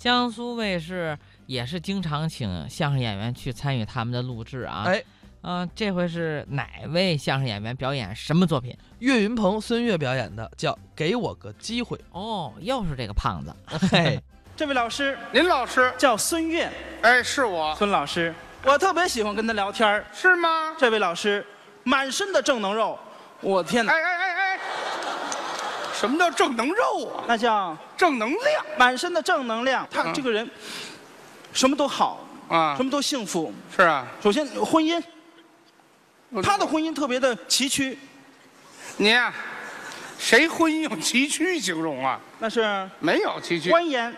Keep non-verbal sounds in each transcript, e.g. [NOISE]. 江苏卫视也是经常请相声演员去参与他们的录制啊。哎，嗯、这回是哪位相声演员表演什么作品？岳云鹏、孙越表演的叫《给我个机会》。哦，又是这个胖子。嘿，这位老师林老师，叫孙越，哎，是我，孙老师，我特别喜欢跟他聊天儿是吗？这位老师满身的正能肉，我天哪，哎哎哎哎，什么叫正能肉啊？那叫正能量满身的正能量。他嗯这个人什么都好，啊什？么都幸福。是啊，首先婚姻，我他的婚姻特别的崎岖，你呀、谁婚姻用崎岖形容啊？那是没有崎岖，官言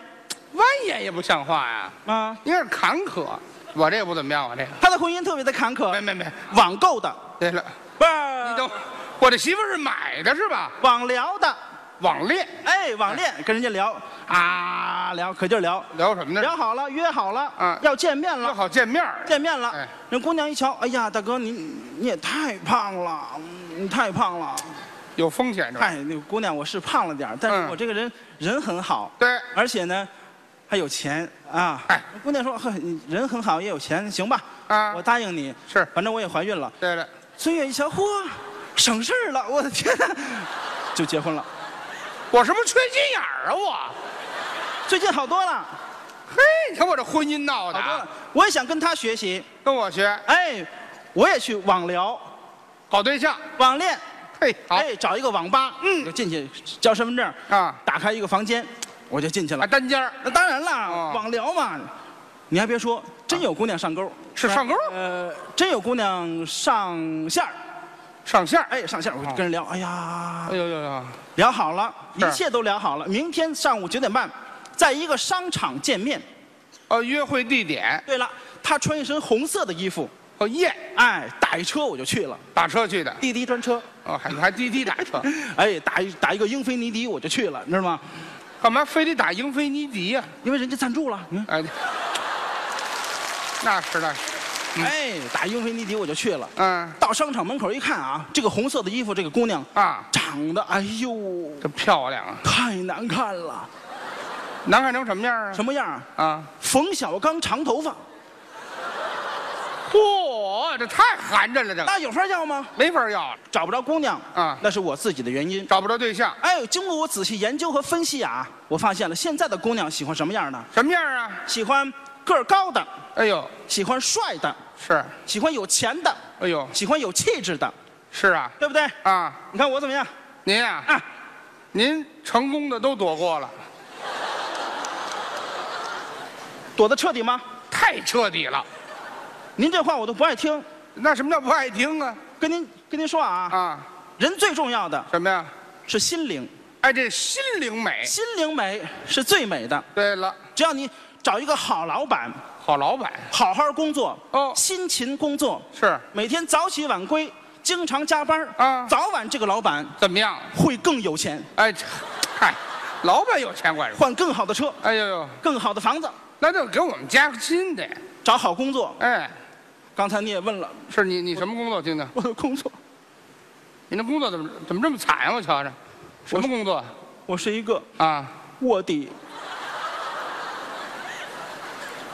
蜿蜒也不像话呀、啊。应该是坎坷。我这不怎么样，我这个他的婚姻特别的坎坷没，没没。网购的，对了，不是哎你等会儿我这媳妇儿是买的是吧？网聊的，网恋哎，网恋跟人家聊啊聊，可劲儿聊，聊什么呢？聊好了，约好了，嗯要见面约了，好见面儿见面了，哎人姑娘一瞧，哎呀，大哥你你也太胖了，嗯你太胖了，有风险是吧？哎，那个姑娘我是胖了点儿，但是嗯我这个人人很好，对，而且呢还有钱啊。哎姑娘说呵，你人很好也有钱，行吧，啊我答应你，是反正我也怀孕了。对了，孙越一瞧，嚯，省事儿了，我的天哪，就结婚了。我是不是缺心眼儿啊？我最近好多了，嘿，你看我这婚姻闹好的多啊了，，我也想跟他学习。跟我学哎，我也去网聊、搞对象，网恋，嘿，好哎，找一个网吧，嗯，就进去交身份证，啊，打开一个房间，我就进去啊了。单间儿那当然啦，哦网聊嘛，你还别说，真有姑娘上钩，是上钩儿呃，真有姑娘上线儿，上线儿，啊哎，上线儿，我就跟人聊，哎呀哎，呦呦呦，聊好了，哦是一切都聊好了，明天上午九点半，在一个商场见面。哦，约会地点对了，她穿一身红色的衣服，哦夜哎，打一车我就去了，打车去的，滴滴专车，哦还还滴滴打车，哎，打一打一个英菲尼迪我就去了，你知道吗？干嘛非得打英菲尼迪呀？因为人家赞助了，你看，哎， [LAUGHS] 那是那是，哎，打英菲尼迪我就去了。嗯到商场门口一看啊，这个红色的衣服，这个姑娘啊，长得，哎呦，这漂亮啊，太难看了，难看成什么样啊？什么样啊？啊，冯小刚长头发，嚯，这太寒碜了，这个那有法要吗？没法要了，找不着姑娘啊那是我自己的原因。找不着对象，哎，经过我仔细研究和分析啊，我发现了现在的姑娘喜欢什么样的？什么样啊？喜欢个儿高的，哎呦，喜欢帅的，是，喜欢有钱的，哎呦，喜欢有气质的，是啊，对不对？啊。你看我怎么样？您呀、啊您成功的都躲过了，躲得彻底吗？太彻底了。您这话我都不爱听。那什么叫不爱听啊？跟您跟您说啊，啊，人最重要的什么呀？是心灵，哎，这心灵美。心灵美是最美的。对了，只要你找一个好老板，好老板好好工作，哦辛勤工作，是每天早起晚归，经常加班啊早晚这个老板怎么样？会更有钱，哎，这嗨，老板有钱管什么？换更好的车，哎呦呦，更好的房子，那就给我们加个新的。找好工作。哎，刚才你也问了 [LAUGHS] 是你你什么工作？听听，我的工作，你那工作怎么怎么这么惨啊呀、我瞧着，什么工作我是一个啊？卧底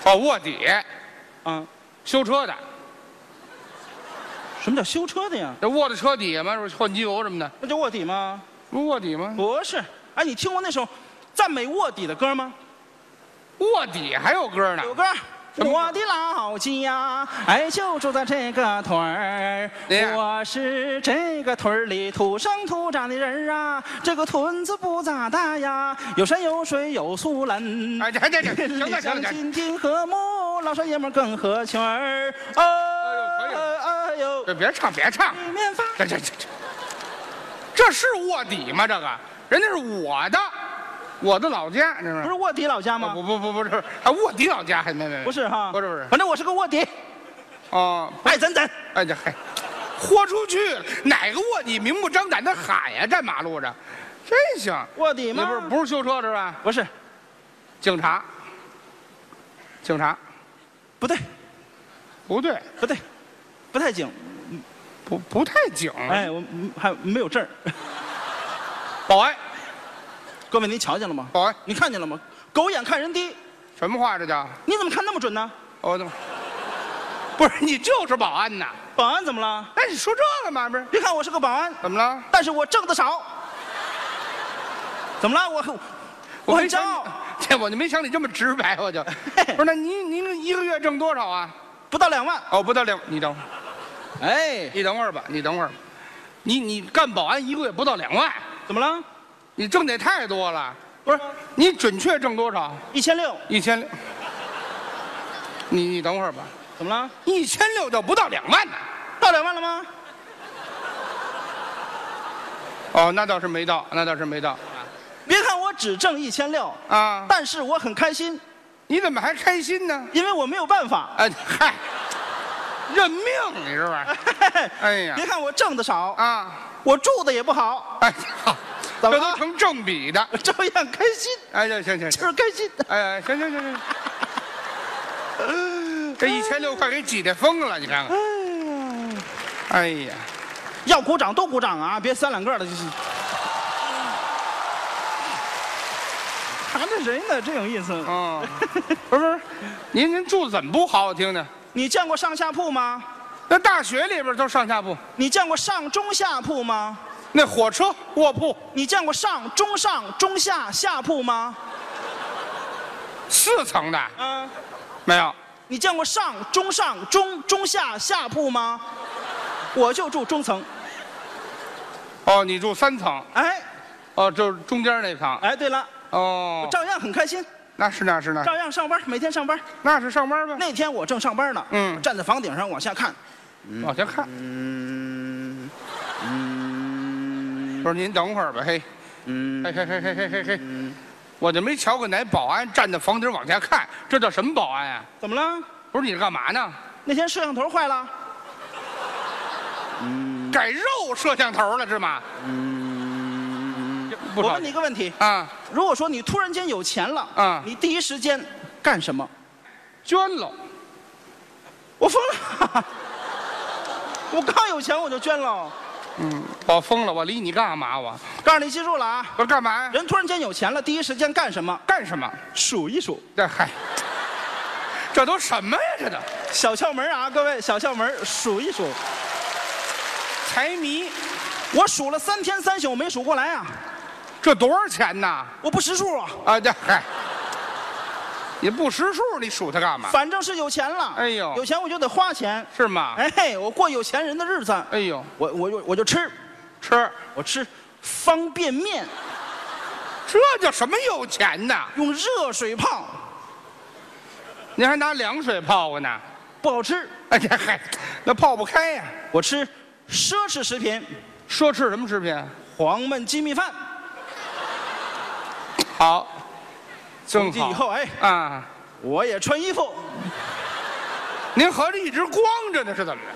哦，卧底，啊。修车的，什么叫修车的呀？这卧在车底下吗？是不是换机油什么的？那叫卧底吗？不是卧底吗？不是。哎，你听过那首赞美卧底的歌吗？卧底还有歌呢。有歌。么歌我的老家，哎，就住在这个屯儿哎呀。我是这个屯儿里土生土长的人儿啊，这个屯子不咋大呀，有山有水有苏兰。哎，这这这，邻行里了行了乡行了，亲挺和睦，老少爷们儿更合群儿。哦，哎呦可以了哎呦， [LAUGHS] 这别唱别唱，里面发这这这这，这是卧底吗？这个人家是我的，我的老家，这不是是卧底老家啊不吗？不不不是，还卧底老家还没没没不是哈，不是不是反正我是个卧底，哦，爱怎怎。哎这还豁出去了，哪个卧底明目张胆的喊呀，站马路上，真行。卧底你吗？不是不是修车是吧？不是，警察，警察不对，不对，不对，不太警。不不太警，哎，我嗯还没有证儿。保安各位，您瞧见了吗？保安你看见了吗？狗眼看人低，什么话这叫？你怎么看那么准呢？我怎么？ [LAUGHS] 不是你就是保安呐？保安怎么了？那你说这干嘛不是？别看我是个保安，怎么了？但是我挣的少。怎么了？我很我很没骄想傲你，，这我就没想你这么直白，我就不是。那您您一个月挣多少啊？不到两万。哦，不到两，你等会儿，哎，你等会儿吧，你等会儿吧，你你干保安一个月不到两万，怎么了？你挣的也太多了。不是，你准确挣多少？一千六，一千六。你你等会儿吧，怎么了？一千六就不到两万呢。到两万了吗？哦，那倒是没到，那倒是没到别看我只挣一千六，啊。但是我很开心，你怎么还开心呢？因为我没有办法。哎，嗨，认命，你是不是？哎呀别看我挣的少，啊，我住的也不好，哎，好，怎么这了都成正比 [LAUGHS] 的。我照样开心，哎呀，行就行行，是开心。哎，行行行行，这一千六快给挤得疯了，你看看。哎呀，哎呀，要鼓掌都鼓掌啊，别三两个的。 [LAUGHS] 就是谈着谁呢？真有意思。嗯，不是不是，您您住的怎么不好好听呢？ [LAUGHS] 你见过上下铺吗？那大学里边都上下铺，你见过上中下铺吗？那火车卧铺你见过上中上中下下铺吗？四层的嗯，没有？你见过上中上中中下下铺吗？我就住中层。哦，你住三层，哎哦，就是中间那层。哎，对了，哦嗯我，照样很开心，那是那是那是照样上班，每天上班。那是上班呗。那天我正上班呢，嗯我站在房顶上往下看，往前看，嗯不是您等会儿吧？嘿，嗯，嘿嘿嘿嘿嘿嘿嘿，我就没瞧过哪保安站在房顶往下看，这叫什么保安啊？怎么了？不是你是干嘛呢？那天摄像头坏了，嗯改肉摄像头了是吗？不嗯我少问你一个问题：啊，如果说你突然间有钱了，嗯你第一时间干什么？捐了，我疯了！ [LAUGHS] 我刚有钱我就捐了。嗯，我疯了，我理你干嘛？我告诉你，记住了啊！我干嘛呀？人突然间有钱了，第一时间干什么？干什么？数一数，这嗨，这都什么呀？这都小窍门啊，各位小窍门，数一数。财迷，我数了三天三宿没数过来啊，这多少钱呐？我不识数啊，啊，这嗨，你不识数，你数它干嘛？反正是有钱了。哎呦有钱我就得花钱。是吗？哎嘿，我过有钱人的日子，哎呦，我我就我就吃，吃，我吃方便面，这叫什么有钱呐？用热水泡，您还拿凉水泡过呢？不好吃。哎呀，嗨，那泡不开呀、我吃奢侈食品，奢侈什么食品？啊黄焖鸡米饭。好，正从今好。以后，哎，啊，我也穿衣服，您合着一直光着呢，是怎么着？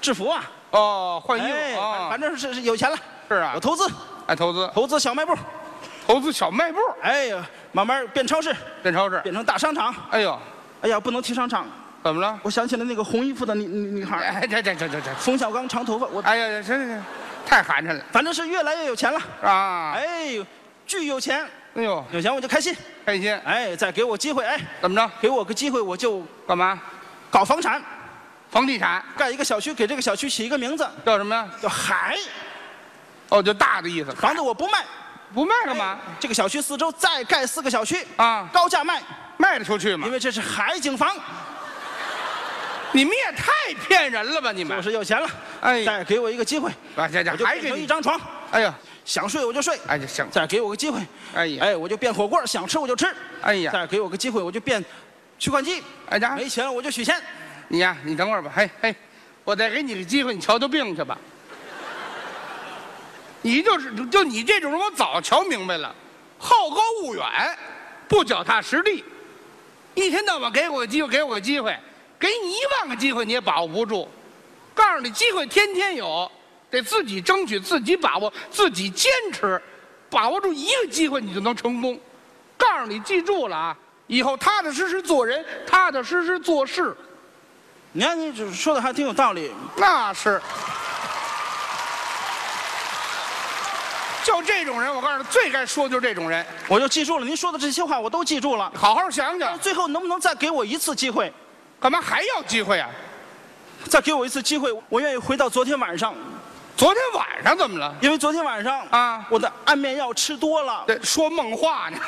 制服啊。哦，换衣哎，服反啊、反正是是有钱了，是啊我，投资哎，投资投资小卖部，投资小卖部哎呀，慢慢变超市，变超市。变成大商场。哎呦，哎呀，不能提商场，怎么了？我想起了那个红衣服的女女女孩，哎，这这这这这，冯小刚长头发，我哎呀，这这太寒碜了反正是越来越有钱了，啊！哎哎呦，巨有钱，呦，有钱我就开心，开心，哎，再给我机会，哎，怎么着？给我个机会我就干嘛？搞房产，房地产盖一个小区，给这个小区起一个名字叫什么呀？叫海，哦，就大的意思，房子我不卖，不卖干嘛？哎？这个小区四周再盖四个小区，啊，高价卖，卖得出去吗哎因？为这是海景房，你们也太骗人了吧！你我们，是有钱了，哎再给我一个机会，哎，这这我就还变给成一你，张床，哎呀，想睡我就睡，哎呀，行，再给我个机会，哎呀，哎，我就变火锅，想吃我就吃，哎呀，再给我个机会我就变取款机，哎呀，没钱了我就取钱，你呀，你等会儿吧，嘿嘿，我再给你个机会，你瞧瞧病去吧。你就是就你这种人，我早瞧明白了，好高骛远，不脚踏实地，一天到晚给我个机会，给我个机会，给你一万个机会你也把握不住。告诉你，机会天天有，得自己争取，自己把握，自己坚持，把握住一个机会，你就能成功。告诉你，记住了啊，以后踏踏实实做人，踏踏实实做事。你看你这说的还挺有道理，那是。就这种人，我告诉你，最该说就是这种人。我就记住了，您说的这些话我都记住了。好好想那想，最后能不能再给我一次机会？干嘛还要机会啊？再给我一次机会，我愿意回到昨天晚上，昨天晚上怎么了？因为昨天晚上啊我的安眠药吃多了。这说梦话呢。